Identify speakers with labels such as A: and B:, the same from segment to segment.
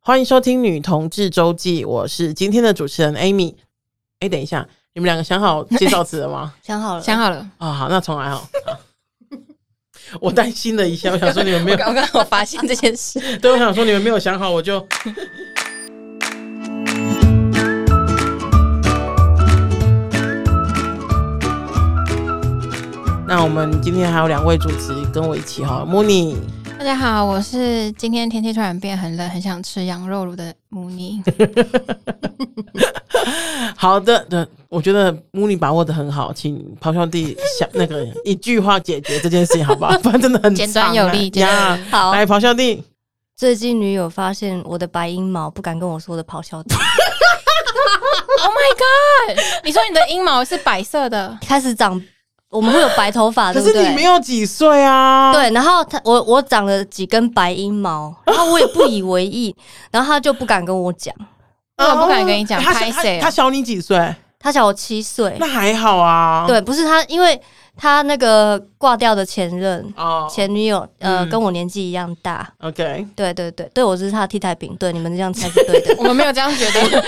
A: 欢迎收听《女同志周记》，我是今天的主持人 Amy。哎，等一下，你们两个想好介绍词了吗？
B: 想好了，
C: 想好了，
A: 啊、好，那重来好。好 我担心了一下，我想说你们没 有，
B: 我刚我刚好发现这件 事，
A: 对，我想说你们没有想好，我就。那我们今天还有两位主持跟我一起哈，Mooney，
C: 大家好，我是今天天气突然变很冷，很想吃羊肉炉的母尼。
A: 好的，对，我觉得穆尼把握的很好，请咆哮帝想那个一句话解决这件事情，好不 好？不然真的很
C: 简短
A: 长
C: 有
A: 啊
C: 力简短有
A: 呀
C: 力。
B: 好，
A: 来，咆哮帝，
B: 最近女友发现我的白阴毛，不敢跟我说我的咆哮帝，
C: Oh my god！你说你的阴毛是白色的，
B: 开始长， 我们会有白头
C: 啊
B: 发，
A: 可
B: 对不
A: 是你没
B: 对？
A: 有几岁啊？，
B: 对，然后他我我长了几根白 阴毛，然后我也不以为意，然后他就不敢跟我讲。
C: 我不敢跟你讲
A: 哦他
C: 拍
A: 他
C: 谁。
A: 他小你几岁？
B: 他小我七岁
A: 那，还好啊。
B: 对，不是他，因为他那个挂掉的前任
A: 哦
B: 前女友，呃，
A: 嗯
B: 跟我年纪一样大，
A: ，OK，
B: 对对对，对我是他的替代品，对，你们这样猜是 对的
C: 我们没有这样觉 得，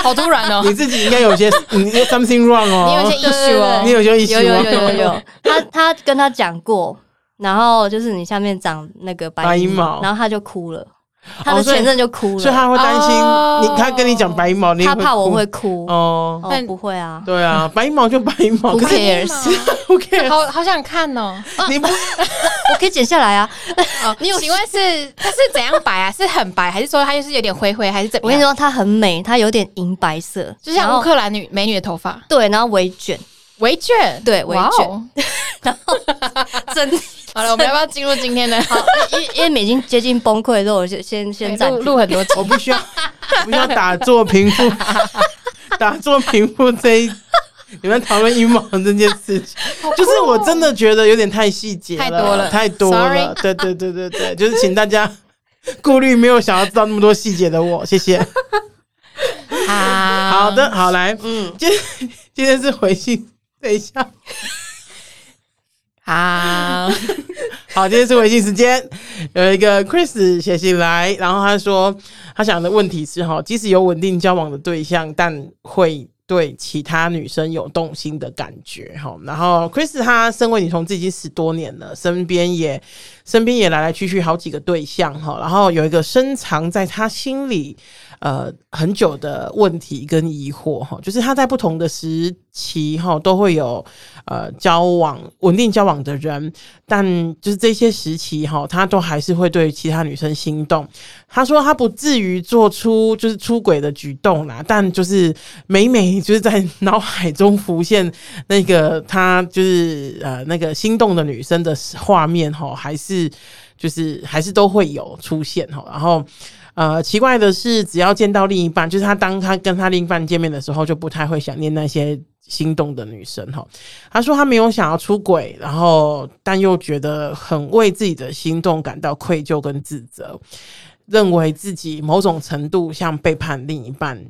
C: 好突然哦！
A: 你自己应该 有些你有 something wrong
C: 你有一
A: 哦
C: 些，issue 哦，
A: 你有些意思啊
B: 有
A: 吗？
B: 有有有有，他他跟他讲过，然后就是你下面长那个
A: 白
B: 白
A: 阴
B: 阴
A: 毛
B: 然后他就哭了，他的
A: 所以
B: 前任就哭
A: 所以
B: 了，
A: 他会担心
C: 哦
A: 你，他跟你讲白毛，你
B: 他怕我
A: 哭
B: 会哭，哦，
A: 哦。
C: 但
B: 不会啊，
A: 对啊，白毛就白毛，
B: Who
A: 看
B: cares？
A: who cares？
C: 啊好好想看哦。
A: 你不
B: 我可以剪下来啊，
C: 哦，你有请问是它是怎样白啊？是很白，还是说它就是有点灰灰，还是怎
B: 我
C: 么
B: 跟
C: 样？
B: 你说，她很美，她有点银白色，
C: 就像
B: 然
C: 乌
B: 后
C: 克兰女美女的头发
B: 对，然后微卷，
C: 围卷，
B: 对围
C: 哇
B: 卷
C: 哦。
B: 真的，
C: 好了，我们要不要进入今天的？
B: 因为因为美已经接近崩溃了，我就先先暂
C: 录
B: 停。
C: 录很多集，
A: 我不需要，我不需要打坐平复， 打坐平复这一。你们讨论阴谋这件事情，就是我真的觉得有点太细节
C: 哦太多了
A: 太多了。对对对对对，就是请大家顾虑没有想要知道那么多细节的我，谢谢。
C: 嗯好
A: 好的，好来，嗯，今天今天是回信，等一下，
C: 好，
A: 好，今天是回信时间。有一个 Chris 写信来，然后他说他想的问题是哈，即使有稳定交往的对象，但会对其他女生有动心的感觉哈。然后 Chris 他身为女同志已经十多年了，身边也身边也来来去去好几个对象哈。然后有一个深藏在他心里呃很久的问题跟疑惑哈，就是他在不同的时期哈都会有呃交往稳定交往的人，但就是这些时期哈，他都还是会对其他女生心动。他说他不至于做出就是出轨的举动啦，但就是每每就是在脑海中浮现那个他就是呃那个心动的女生的画面哈，还是就是还是都会有出现哈，然后。呃，奇怪的是，只要见到另一半，就是他当他跟他另一半见面的时候，就不太会想念那些心动的女生哈。他说他没有想要出轨，然后但又觉得很为自己的心动感到愧疚跟自责，认为自己某种程度像背叛另一半。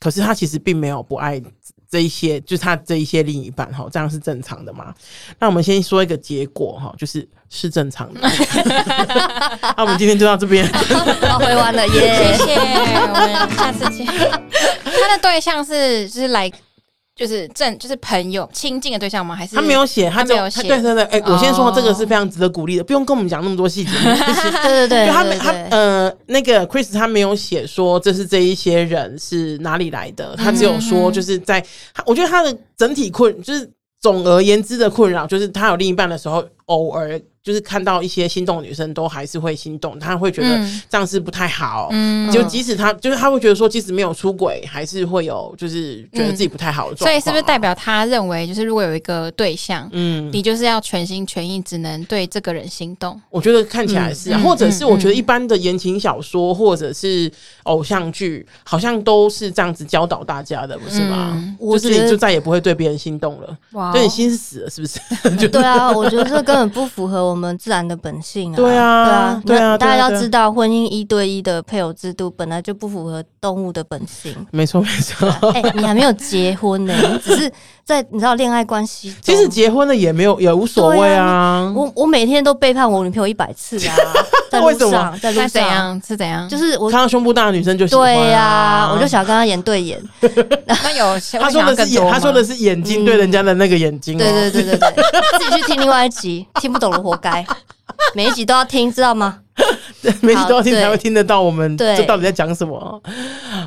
A: 可是他其实并没有不爱这一些，就是他这一些另一半哈，这样是正常的吗？那我们先说一个结果哈，就是是正常的。那我们今天就到这边。
B: 好，回完了
C: 谢
B: 耶。
C: 谢，我们下次见。他的对象是就是来就是正就是朋友亲近的对象吗？还是
A: 他没有写，
C: 他
A: 只
C: 没有写
A: 对对对，哎、我先说
C: 哦
A: 这个是非常值得鼓励的，不用跟我们讲那么多 细节。就是
B: 对对对，
A: 就他
B: 对
A: 没他
B: 对
A: 呃，那个 Chris 他没有写说这是这一些人是哪里来的，他只有
C: 嗯
A: 说就是在，他我觉得他的整体困就是总而言之的困扰，就是他有另一半的时候，偶尔就是看到一些心动的女生，都还是会心动，他会觉得
C: 嗯
A: 这样是不太好。
C: 嗯，
A: 就即使他就是他会觉得说，即使没有出轨，还是会有就是觉得自己不太好的状况、
C: 嗯所以是不是代？表他认为就是如果有一个对象，
A: 嗯，
C: 你就是要全心全意，只能对这个人心动？
A: 我觉得看起来是、啊，
C: 嗯
A: 或者是
C: 嗯
A: 我觉得一般的言情小说或者是偶像剧，好像都是这样子教导大家的，不是吗
C: 嗯？
B: 我
A: 就是
B: 觉
A: 你
B: 得哦
A: 就再也不会对别人心动了，
C: 哇 哦
A: 对你心死了，是不是？
B: 对啊，我觉得这根本不符合我我们自然的本性啊。
A: 对啊
B: 对
A: 对啊
B: 那大
A: 对啊
B: 家
A: 对
B: 要
A: 啊
B: 知道，婚姻一对一的配偶制度本来就不符合动物的本性。
A: 没错没错。
B: 哎、你还没有结婚呢、你只是在你知道恋爱关系中。
A: 其实结婚了也没有也无所谓
B: 对
A: 啊。
B: 我我每天都背叛我女朋友一百次 啊，在
A: 为
B: 路
A: 什么
B: 上，在路
C: 那怎
B: 上，
C: 样是怎样？
B: 就是我
A: 看到胸部大的女生就喜欢、啊
B: 对呀、我就想跟哎他演对眼，
C: 那 有
A: 他说的是眼，他说的
C: 是
A: 是眼睛对人家的那个眼
C: 嗯
A: 睛、哦
B: 嗯对对对对对，自己去听另外一集，听不懂的活该，每一集都要听，知道吗？
A: 对，每集都要听
B: 好对
A: 才会听得到我们
B: 对嗯
A: 这到底在讲什么。哦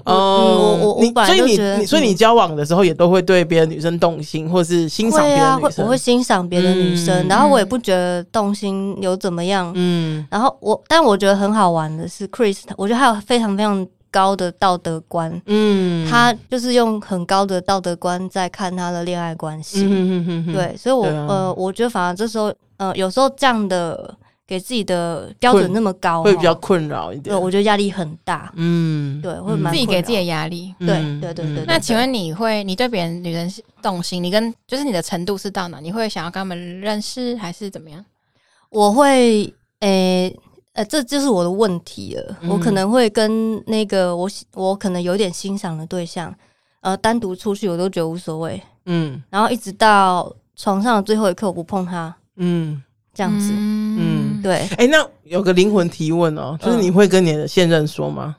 B: 我我
A: 你
B: 我本来
A: 所以
B: 就
A: 你
B: 觉得
A: 你所以你
B: 嗯
A: 交往的时候也都会对别的女生动心，或是欣赏
B: 会
A: 别
B: 啊，
A: 的女
B: 会我
A: 生。
B: 会欣赏别的女生，
A: 嗯
B: 然后我也不觉得动心有怎么样，
A: 嗯
B: 然后我但我觉得很好玩的是，Chris，我觉得他有非常非常高的道德观。
A: 嗯，
B: 他就是用很高的道德观在看他的恋爱关系，
A: 嗯嗯嗯，
B: 对，所以我，
A: 对啊
B: 呃，我觉得反而这时候，呃，有时候这样的给自己的标准
A: 会
B: 那么高，
A: 会比较
B: 哦，
A: 困扰一
B: 对，
A: 点。
B: 我觉得压力很大。
A: 嗯，
B: 对会蛮
C: 自己给自己的压力。
A: 嗯
B: 对
A: 嗯
B: 对对
A: 嗯
B: 对对
C: 那请问你会，你对别人女人动心，你跟就是你的程度是到哪？你会想要跟他们认识，还是怎么样？
B: 我会，诶、呃，这就是我的问题了。我可
A: 嗯
B: 能会跟那个我喜我可能有点欣赏的对象，呃，单独出去我都觉得无所谓，
A: 嗯
B: 然后一直到床上的最后一刻我不碰他，
A: 嗯。
B: 这样子。
A: 嗯
C: 嗯，
B: 对，
A: 哎、那有个灵魂提问哦，就是
B: 嗯
A: 你会跟你的现任说吗？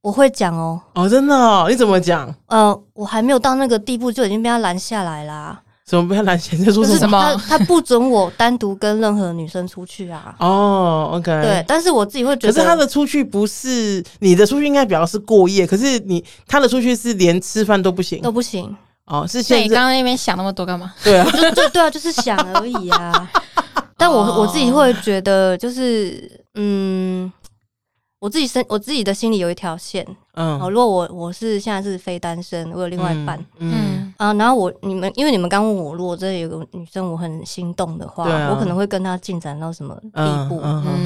B: 我会讲哦，
A: 哦，真的哦，你怎么讲？
B: 呃，我还没有到那个地步就已经被他拦下来啦、
A: 怎么不要拦现在说
B: 就
A: 什
B: 是
A: 么？。
C: 什么
B: 他他不准我单独跟任何女生出去啊
A: 哦，OK，
B: 对，。但是我自己会觉
A: 可
B: 得，
A: 是他的出去不是你的出去，应该比较是过夜。可是你他的出去是连吃饭都不行
B: 都不行，
A: 哦，是
C: 所以
A: 现
C: 你
A: 在
C: 刚刚那边想那么多干嘛？
A: 对啊，
B: 就就对啊，就是想而 已啊。但我
A: 哦
B: 我自己会觉得，就是嗯，我自己身我自己的心里有一条线。
A: 嗯，
B: 哦，如果我我是现在是非单身，我有另外一半
A: 嗯，
C: 嗯，
B: 啊，然后我你们因为你们刚问我，如果这里有个女生我很心动的话
A: 对，啊
B: 我可能会跟她进展到什么
A: 嗯
B: 地步？
A: 嗯嗯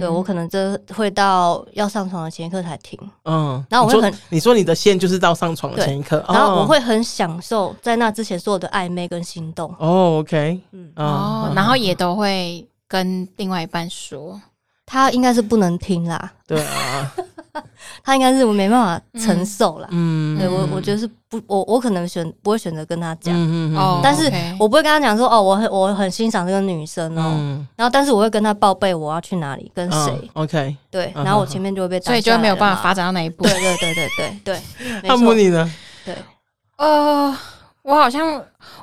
B: 对我可能这会到要上床的前一刻才停。
A: 嗯，
B: 然后我会
A: 你说
B: 很
A: 你说你的线就是到上床的
B: 对
A: 前一刻，
B: 然后我
A: 哦
B: 会很享受在那之前所有的暧昧跟心动。
A: 哦，OK，
B: 嗯，
C: 哦
A: 哦，，
C: 然后也都会跟另外一半说，
B: 他应该是不能听啦，
A: 对 啊，
B: 他应该是我没办法承受啦。
A: 嗯，
B: 对我，我觉得是不，我我可能选不会选择跟他讲，
A: 嗯嗯
C: 哦，
B: 但是
C: OK
B: 我不会跟他讲说哦，我很我很欣赏这个女生哦，
A: 嗯，
B: 然后但是我会跟他报备我要去哪里跟谁，
A: 嗯？OK，
B: 对，
A: 嗯
B: 然后我前面就会被打，
C: 所以就没有办法发。展到那一步
B: 对。对对对对 对，没
A: 那
B: 错
A: 么，你呢？
B: 对，
C: 呃，我好像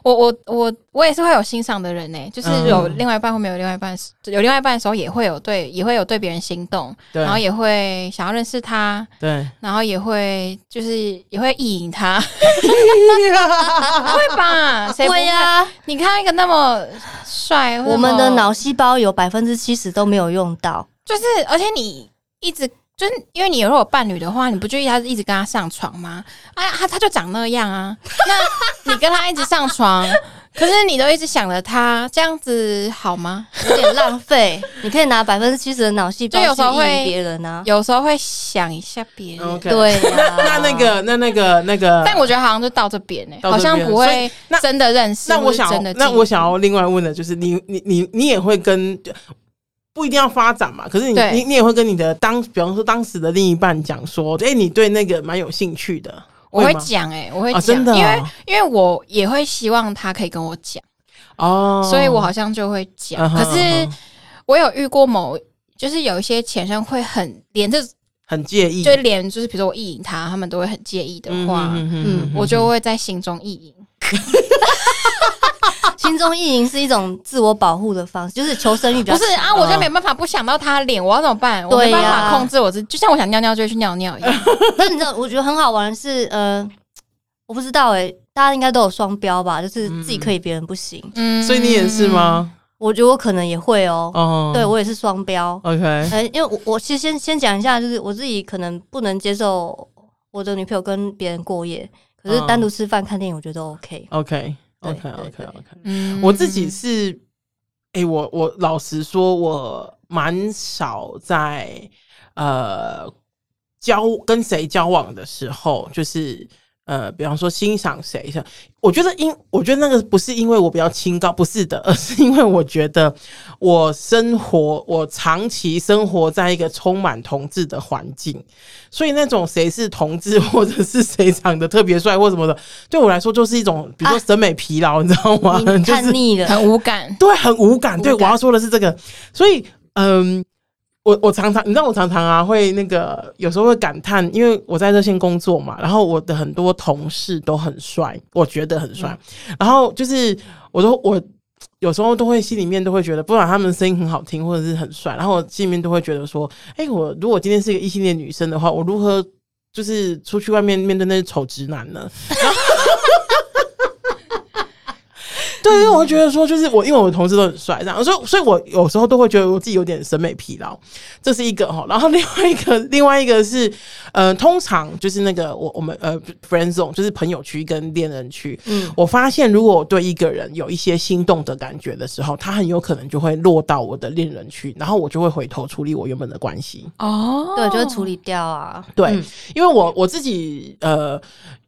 C: 我我我我也是会有欣赏的人呢、就是
A: 嗯
C: 有另外一半或没有另外一半，有另外一半的时候也会有对也会有对别人心动，
A: 对
C: 然后也会想要认识他，
A: 对，
C: 然后也会就是也会意淫他， 会吧？谁不
B: 对呀、
C: 你看一个那么帅，或者
B: 啊我们
C: 那
B: 的
C: 么
B: 脑细胞有百分之七十都没有用到，
C: 就是，而且你一直就是因为你如果有伴侣的话，你不就一直一直跟他上床吗？啊，他他就长那样啊， 那你跟他一直上床，可是你都一直想着他，这样子好吗？
B: 有点浪 费。你可以拿百分之七十的脑细胞
C: 就有时
B: 去
C: 候
B: 意
C: 会
B: 淫别人啊。
C: 有时候会想一下别人。
A: OK
B: 嗯对呀、
A: 那那个，那那个，那个，
C: 但我觉得好像就到这边呢、
A: 啊到
C: 好
A: 这边
C: 像不
A: 所以
C: 会
A: 那
C: 真的认识，
A: 那我
C: 或是
A: 想
C: 真的
A: 要，
C: 进
A: 那我想要另外问的就是你，你你你也会跟，不一定要发展嘛，可是你
C: 对
A: 你你也会跟你的当，比方说当时的另一半讲说，哎、你对那个蛮有兴趣的，
C: 我会
A: 吗
C: 讲哎、我会
A: 啊，
C: 讲、
A: 真的哦、
C: 因为因为我也会希望他可以跟我讲，
A: 哦，
C: 所以我好像就会讲。
A: 嗯哼
C: 可是
A: 嗯哼
C: 我有遇过某，就是有一些前任会很连这
A: 很介意，
C: 就连就是比如说我意淫他，他们都会很介意的话，
B: 嗯
C: 我就会在心中意淫。
B: 心中意淫是一种自我保护的方式，就是求生欲比较
C: 不是啊，我就
A: 嗯
C: 没办法不想到他脸，我要怎么办？我没
B: 对呀
C: 办法控制我自己，就像我想尿尿就会去尿尿 一样。
B: 但你知道，我觉得很好玩的是，呃，我不知道哎、大家应该都有双标吧，就是自己可以，别人不行。
C: 嗯
A: 所以你也是？吗？
B: 我觉得我可能也会哦、
A: 哦，
B: 对我也是双标。
A: ，OK，
B: 呃，因为我我其实先先讲一下，就是我自己可能不能接受我的女朋友跟别人过夜，可是
A: 嗯
B: 单独吃饭看电影我觉得 OK。
A: OK OK
B: 对
A: OK
B: 对
A: OK，
C: 嗯
A: 我自己是，哎、我我老实说，我蛮少在呃交跟谁交往的时候，就是。呃，比方说欣赏谁像我觉得因我觉得那个不是因为我比较清高，不是的， 而是因为我觉得我生活我长期生活在一个充满同志的环境，所以那种谁是同志或者是谁长得特别帅或什么的，对我来说就是一种，比如说审美疲劳，你知道吗？
B: 你
A: 就是
B: 叛逆了，
C: 很无感。
A: 对，很无感。对，
C: 无
A: 我
C: 感
A: 要说的是这个，所以嗯。我我常常，你知道我常常啊会那个，有时候会感叹，因为我在热线工作嘛，然后我的很多同事都很帅，我觉得很帅，
C: 嗯
A: 然后就是我都我有时候都会心里面都会觉得，不管他们的声音很好听或者是很帅，然后我心里面都会觉得说，哎、我如果今天是一个异性恋女生的话，我如何就是出去外面面对那些丑直男呢？ 对，因为我会觉得说，就是我，因为我的同事都很帅，这样，所以，所以我有时候都会觉得我自己有点审美疲劳，这是一个哈。然后另外一个，另外一个是，呃，通常就是那个我我们呃 friend zone，就是朋友区跟恋人区。嗯，我发现如果我对一个人有一些心动的感觉的时候，他很有可能就会落到我的恋人区，然后我就会回头处理我原本的关系。
C: 哦，
B: 对，就会处理掉啊。
A: 对，
B: 嗯
A: 因为我我自己呃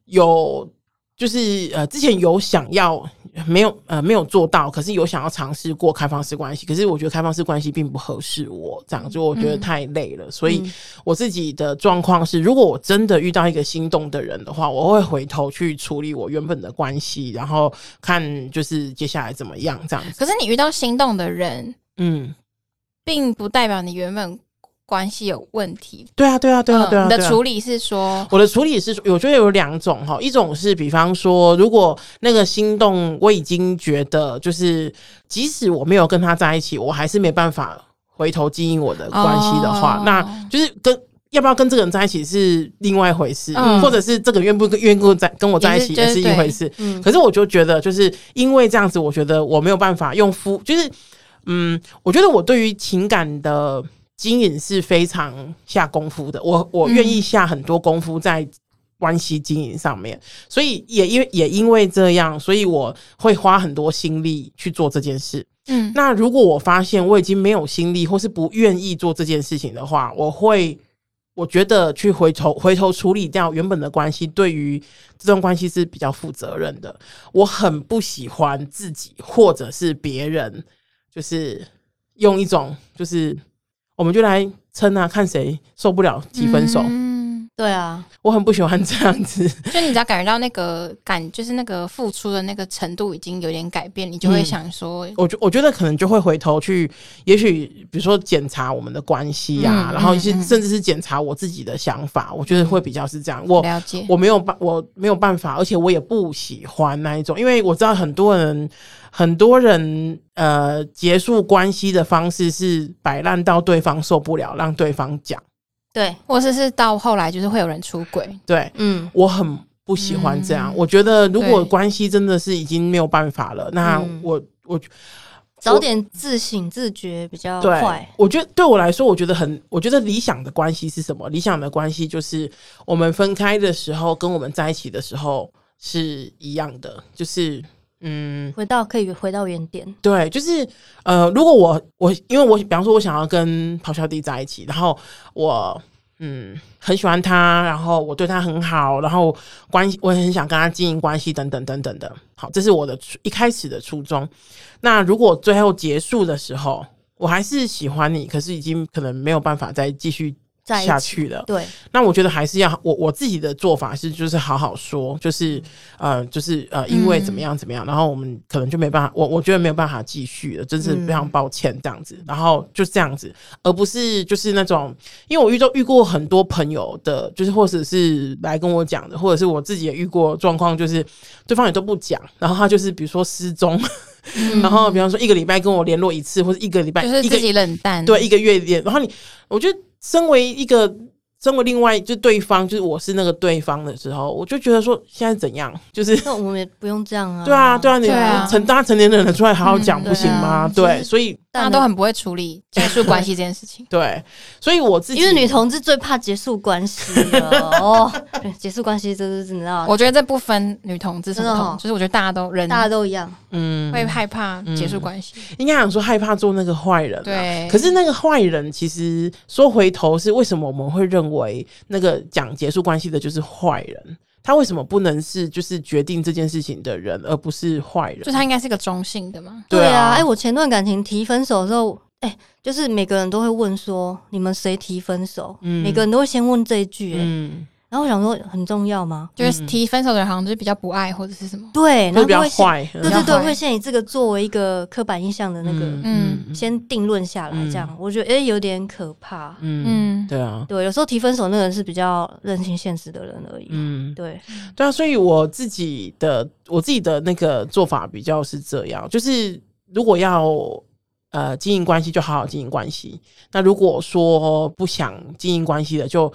A: 有就是呃之前有想要没有呃没有做到，可是有想要尝试过开放式关系，可是我觉得开放式关系并不合适我，这样就我
C: 嗯
A: 觉得太累了，所以我自己的状况是，如果我真的遇到一个心动的人的话，我会回头去处理我原本的关系，然后看就是接下来怎么样这样子，
C: 可是你遇到心动的人，
A: 嗯。
C: 并不代表你原本关系有问题。
A: 对啊，对啊，对啊，
C: 嗯
A: 对啊！
C: 你
A: 对
C: 的
A: 啊
C: 处理是说，
A: 我的处理是，我觉得有两种哈，一种是比方说，如果那个心动，我已经觉得就是，即使我没有跟他在一起，我还是没办法回头经营我的关系的话，
C: 哦
A: 那就是跟。要不要跟这个人在一起是另外一回事，
C: 嗯
A: 或者是这个愿不愿意跟我在跟我在一起
C: 也
A: 也
C: 是
A: 是一
C: 对
A: 回事。
B: 嗯
A: 可是我就觉得，就是因为这样子，我觉得我没有办法用夫，就是嗯，我觉得我对于情感的经营是非常下功夫的，我我愿意下很多功夫在关系经营上面，嗯所以也因为也因为这样，所以我会花很多心力去做这件事。
C: 嗯，
A: 那如果我发现我已经没有心力，或是不愿意做这件事情的话，我会。我觉得去回头回头处理掉原本的关系，对于这段关系是比较负责任的。我很不喜欢自己或者是别人，就是用一种就是我们就来撑啊，看谁受不了提分手。
C: 嗯，
B: 对啊，
A: 我很不喜欢这样子，
C: 就你只要感觉到那个感，就是那个付出的那个程度已经有点改变，你就会
A: 嗯
C: 想说，
A: 我觉我觉得可能就会回头去，也许比如说检查我们的关系呀、
C: 嗯
A: 然后
C: 嗯
A: 是、
C: 嗯
A: 甚至是检查我自己的想法，我觉得会比较是这样。我
C: 了解，
A: 我没有办，我没有办法，而且我也不喜欢那一种，因为我知道很多人，很多人呃结束关系的方式是摆烂到对方受不了，让对方讲。
B: 对，
C: 或者是到后来就是会有人出轨，
A: 对
B: 嗯，
A: 我很不喜欢这样，
C: 嗯
A: 我觉得如果
C: 对
A: 关系真的是已经没有办法了，那
B: 嗯
A: 我、我
B: 早点自省自觉比较
A: 对
B: 快。，
A: 我觉得对我来说，我觉得很，我觉得理想的关系是什么？理想的关系就是我们分开的时候跟我们在一起的时候是一样的，就是嗯，
B: 回到可以回到原点，
A: 对，就是呃，如果我我因为我比方说我想要跟咆哮帝在一起，然后我嗯很喜欢他，然后我对他很好，然后关系我也很想跟他经营关系等等等等的。好，这是我的初一开始的初衷。那如果最后结束的时候，我还是喜欢你，可是已经可能没有办法再继续
B: 在一起
A: 下去了。
B: 对，
A: 那我觉得还是要我我自己的做法是，就是好好说，就是
C: 嗯
A: 呃，就是呃，因为怎么样怎么样，然后我们可能就没办法，我我觉得没有办法继续了，真是非常抱歉这样子，
C: 嗯
A: 然后就这样子，而不是就是那种，因为我遇到遇过很多朋友的，就是或者是来跟我讲的，或者是我自己也遇过状况，就是对方也都不讲，然后他就是比如说失踪， 然后比方说一个礼拜跟我联络一次，或者一个礼拜
C: 嗯就是
A: 哎一个
C: 自己冷淡，
A: 对，一个月点。然后你，我觉得身为一个，身为另外就对方，就是我是那个对方的时候，我就觉得说现在怎样，就是。
B: 那我们也不用这样啊。
A: 对啊，对
B: 啊，
A: 啊，你
C: 对啊
A: 成大家成年人了出来好好讲
C: 嗯
A: 不行吗？
B: 对啊
A: 对，
B: 就是
A: 所以。
C: 大家都很不会处理结束关系这件事情
A: 对，所以我自己
B: 因为女同志最怕结束关系了 哦，结束关系就是真的，
C: 我觉得这不分女同志什么
B: 真的
C: 同，
B: 哦
C: 就是我觉得大家都人
B: 大家都一样，
A: 嗯，
C: 会害怕结束关系，
A: 应该想说害怕做那个坏人、啊，
C: 对
A: 可是那个坏人其实说回头是为什么我们会认为那个讲结束关系的就是坏人？他为什么不能是就是决定这件事情的人，而不是坏人？
C: 就他应该是个中性的嘛。
B: 对啊，哎、
A: 哎、
B: 我前段感情提分手的时候，哎、就是每个人都会问说，你们谁提分手？
A: 嗯
B: 每个人都会先问这一句、哎、
A: 嗯，
B: 然后我想说，很重要吗？
C: 就是提分手的人好像就是比较不爱或者是什么，
B: 对，然
A: 会
B: 后
A: 比较
B: 会先，
A: 坏，
B: 对
C: 比较
B: 对对，
C: 坏
B: 会先以这个作为一个刻板印象的那个，
C: 嗯
B: 先定论下来，这样、
A: 嗯
B: 我觉得哎、有点可怕。
A: 嗯，
C: 嗯，
A: 对啊，
B: 对，有时候提分手那个人是比较认清现实的人而已。
A: 嗯，
B: 对，
A: 对啊，所以我自己的我自己的那个做法比较是这样，就是如果要呃经营关系，就好好经营关系；那如果说不想经营关系的，就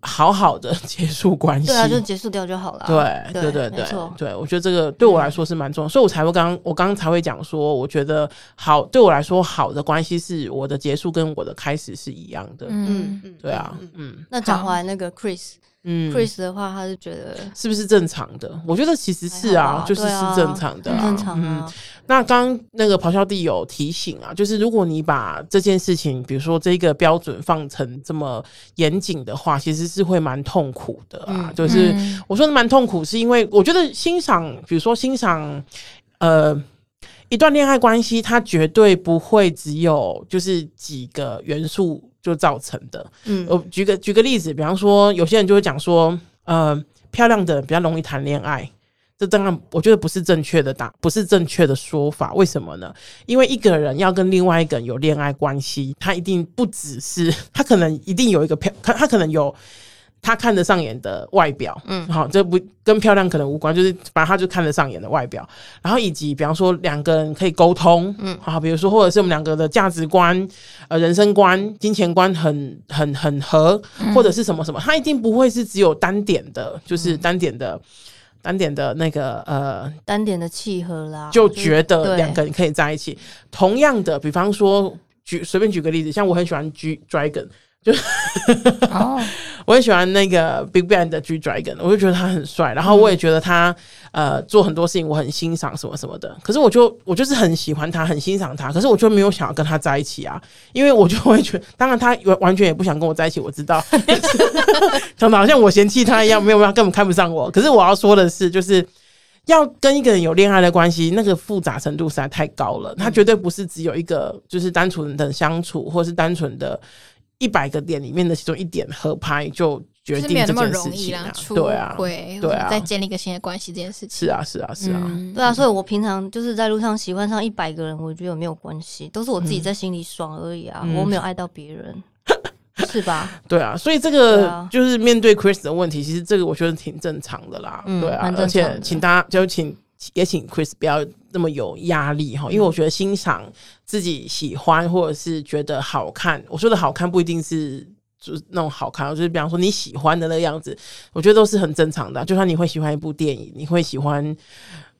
A: 好好的 结束关系。
B: 对啊，就结束掉就好了。
A: 对对对
B: 没
A: 对
B: 错，
A: 对，我觉得这个对我来说是蛮重要，所以我才会刚我刚刚才会讲说，我觉得好对我来说好的关系是我的结束跟我的开始是一样的，
C: 嗯，
B: 嗯
A: 对啊，
B: 嗯
A: 嗯
B: 那讲回来那个 Chris，
A: 嗯
B: Chris 的话，他是觉得
A: 是不是正常的？我觉得其实是
B: 还好
A: 啊
B: 吧，
A: 就是
B: 对
A: 是
B: 啊
A: 正常的、
B: 很
A: 啊，
B: 正常
A: 嗯
B: 啊，
A: 那刚那个咆哮帝有提醒啊，就是如果你把这件事情，比如说这个标准放成这么严谨的话，其实是会蛮痛苦的啊。
B: 嗯
A: 就是
C: 嗯
A: 我说的蛮痛苦，是因为我觉得欣赏，比如说欣赏，呃。一段恋爱关系，它绝对不会只有就是几个元素就造成的。
B: 嗯
A: 我呃举个举个例子，比方说，有些人就会讲说，呃，漂亮的人比较容易谈恋爱。这当然，我觉得不是正确的答，不是正确的说法。为什么呢？因为一个人要跟另外一个人有恋爱关系，他一定不只是他可能一定有一个漂，他他可能有他看得上眼的外表，嗯，好，这不跟漂亮可能无关，就是反正他就看得上眼的外表。然后以及比方说两个人可以沟通，嗯，好，比如说或者是我们两个的价值观，呃人生观、金钱观很很很合，或者是什么什么，它一定不会是只有单点的，就是单点的。单点的那个呃，
B: 单点的契合啦，
A: 就觉
B: 对
A: 得两个人可以在一起。同样的，比方说举随便举个例子，像我很喜欢 G Dragon，
C: 哦，
A: 我很喜欢那个 Big Bang 的 G Dragon，我就觉得他很帅，然后我也觉得他、呃做很多事情我很欣赏什么什么的。可是我就我就是很喜欢他，很欣赏他，可是我就没有想要跟他在一起啊，因为我就会觉得，当然他完完全也不想跟我在一起，我知道， 讲的好像我嫌弃他一样，没有，他根本看不上我。可是我要说的是，就是。要跟一个人有恋爱的关系，那个复杂程度实在太高了。他绝对不是只有一个，就是单纯的相处，或是单纯的一百个点里面的其中一点合拍就决
C: 就是
A: 定
C: 没有
A: 这
C: 那么
A: 件
C: 容
A: 事
C: 易
A: 情
C: 啦
A: 啊，，
C: 出
A: 对啊，
C: 轨，
A: 对啊
C: 再建立一个新的关系这件事情，
A: 是啊，是啊，是啊，
C: 嗯
B: 对啊，所以我平常就是在路上喜欢上一百个人，我觉得没有关系，都是我自己在心里爽而已啊，
A: 嗯
B: 我没有爱到 别人，是吧？
A: 对啊，所以这
B: 对
A: 个
B: 啊
A: 就是面对 Chris 的问题，其实这个我觉得挺正常的啦，
B: 嗯
A: 对啊
B: 蛮，正
A: 而
B: 常的
A: 且请大家就请也请 Chris 不要那么有压力
B: 嗯
A: 哈，因为我觉得欣赏自己喜欢或者是觉得好看，我说的好看不一定是。就是那种好看，就是比方说你喜欢的那个样子，我觉得都是很正常的啊、就算你会喜欢一部电影，你会喜欢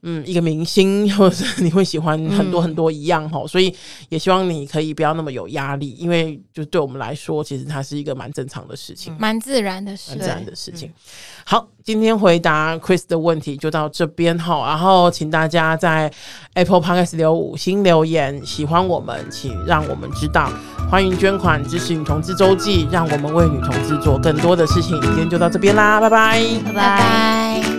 A: 嗯一个明星，或者是你会喜欢很
B: 嗯
A: 多很多一样哈、所以也希望你可以不要那么有压力，因为就对我们来说，其实它是一个蛮正常的事情，
C: 蛮自然的事
A: 蛮。自然的事情。好，今天回答 Chris 的问题就到这边哈，然后请大家在 Apple Podcast 留五星留言，喜欢我们，请让我们知道，欢迎捐款支持女同志周记，让我们为女同志做更多的事情。今天就到这边啦，拜拜。
B: 拜
C: 拜拜。